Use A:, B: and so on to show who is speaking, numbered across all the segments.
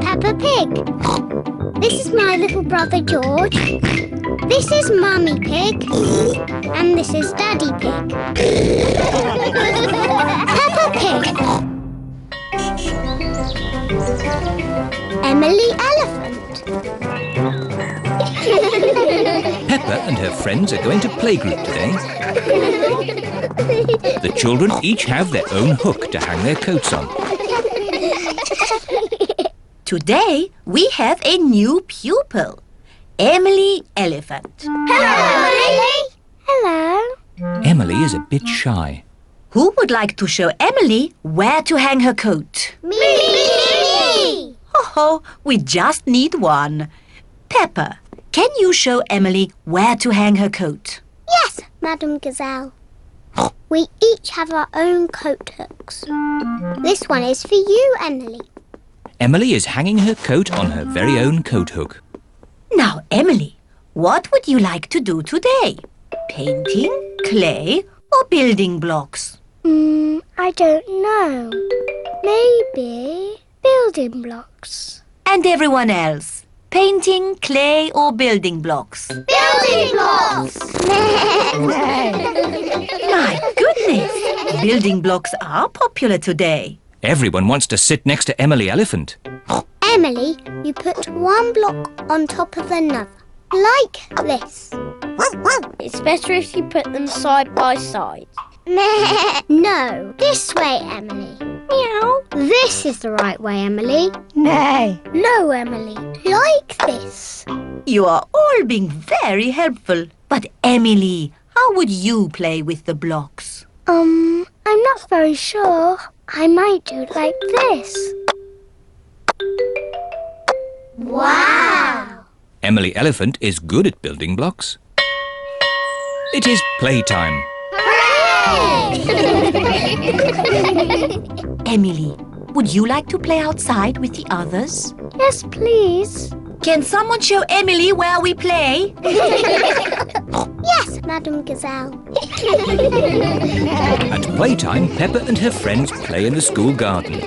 A: Pig. This is my little brother George. This is Mummy Pig. And this is Daddy Pig. Peppa Pig. Emily Elephant.
B: Peppa and her friends are going to playgroup today. The children each have their own hook to hang their coats on.
C: Today we have a new pupil, Emily Elephant,
A: Hello, Hello.
B: Emily is a bit shy.
C: who would like to show Emily where to hang her coat.
A: Me. Me.
C: Oh, we just need one. Pepper, can you show Emily where to hang her coat?
A: Yes, Madam Gazelle. We each have our own coat hooks. This one is for you, Emily.
B: Emily is hanging her coat on her very own coat hook.
C: Now, Emily, what would you like to do today? Painting, clay, or building blocks?
A: Mm, I don't know. Maybe building blocks.
C: And everyone else? Painting, clay, or building blocks?
A: Building blocks!
C: My goodness! building blocks are popular today.
B: Everyone wants to sit next to Emily Elephant.
A: Emily, you put one block on top of another, like this.
D: It's better if you put them side by side.
A: no, this way, Emily. Meow. This is the right way, Emily.
D: No.
A: No, Emily, like this.
C: You are all being very helpful. But, Emily, how would you play with the blocks?
A: Um, I'm not very sure. I might do like this. Wow!
B: Emily Elephant is good at building blocks. It is playtime.
C: Emily, would you like to play outside with the others?
A: yes, please.
C: Can someone show Emily where we play?
A: Yes, Madam Gazelle.
B: At playtime, Peppa and her friends play in the school garden.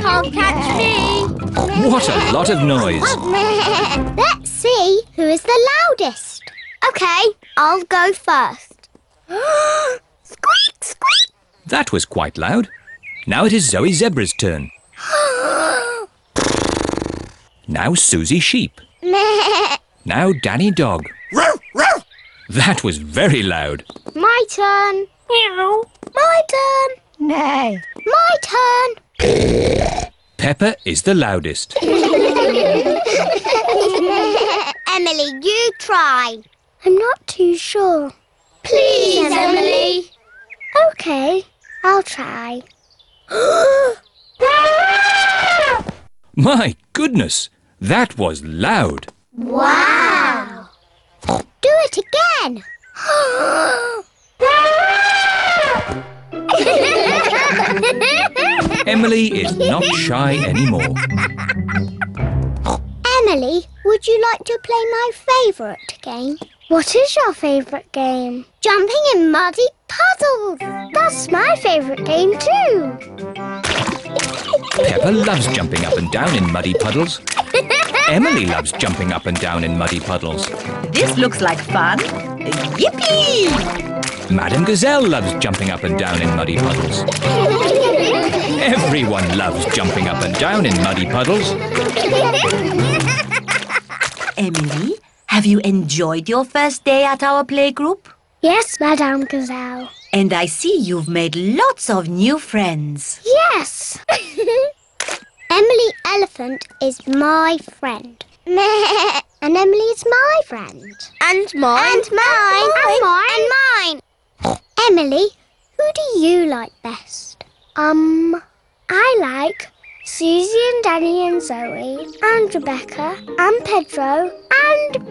A: Can't catch me.
B: What a lot of noise!
A: Let's see who is the loudest. Okay, I'll go first. squeak, squeak.
B: That was quite loud. Now it is Zoe Zebra's turn. Now Susie Sheep. Now Danny Dog. That was very loud.
A: My turn. Meow. My turn.
D: No.
A: My turn.
B: Pepper is the loudest.
A: Emily, you try. I'm not too sure. Please, Emily. Okay, I'll try.
B: My goodness, that was loud.
A: wow. Do it again.
B: Emily is not shy anymore.
A: Emily, would you like to play my favourite game? What is your favourite game? Jumping in muddy puddles. That's my favourite game too.
B: Pepper loves jumping up and down in muddy puddles. Emily loves jumping up and down in muddy puddles.
C: This looks like fun. Yippee!
B: Madame Gazelle loves jumping up and down in muddy puddles. Everyone loves jumping up and down in muddy puddles.
C: Emily, have you enjoyed your first day at our playgroup?
A: yes, Madame Gazelle.
C: And I see you've made lots of new friends.
A: Yes. Emily Elephant is my friend. and Emily is my friend.
D: And mine.
A: mine. And mine. And mine. Emily, who do you like best? Um, I like Susie and Danny and Zoe and Rebecca and Pedro and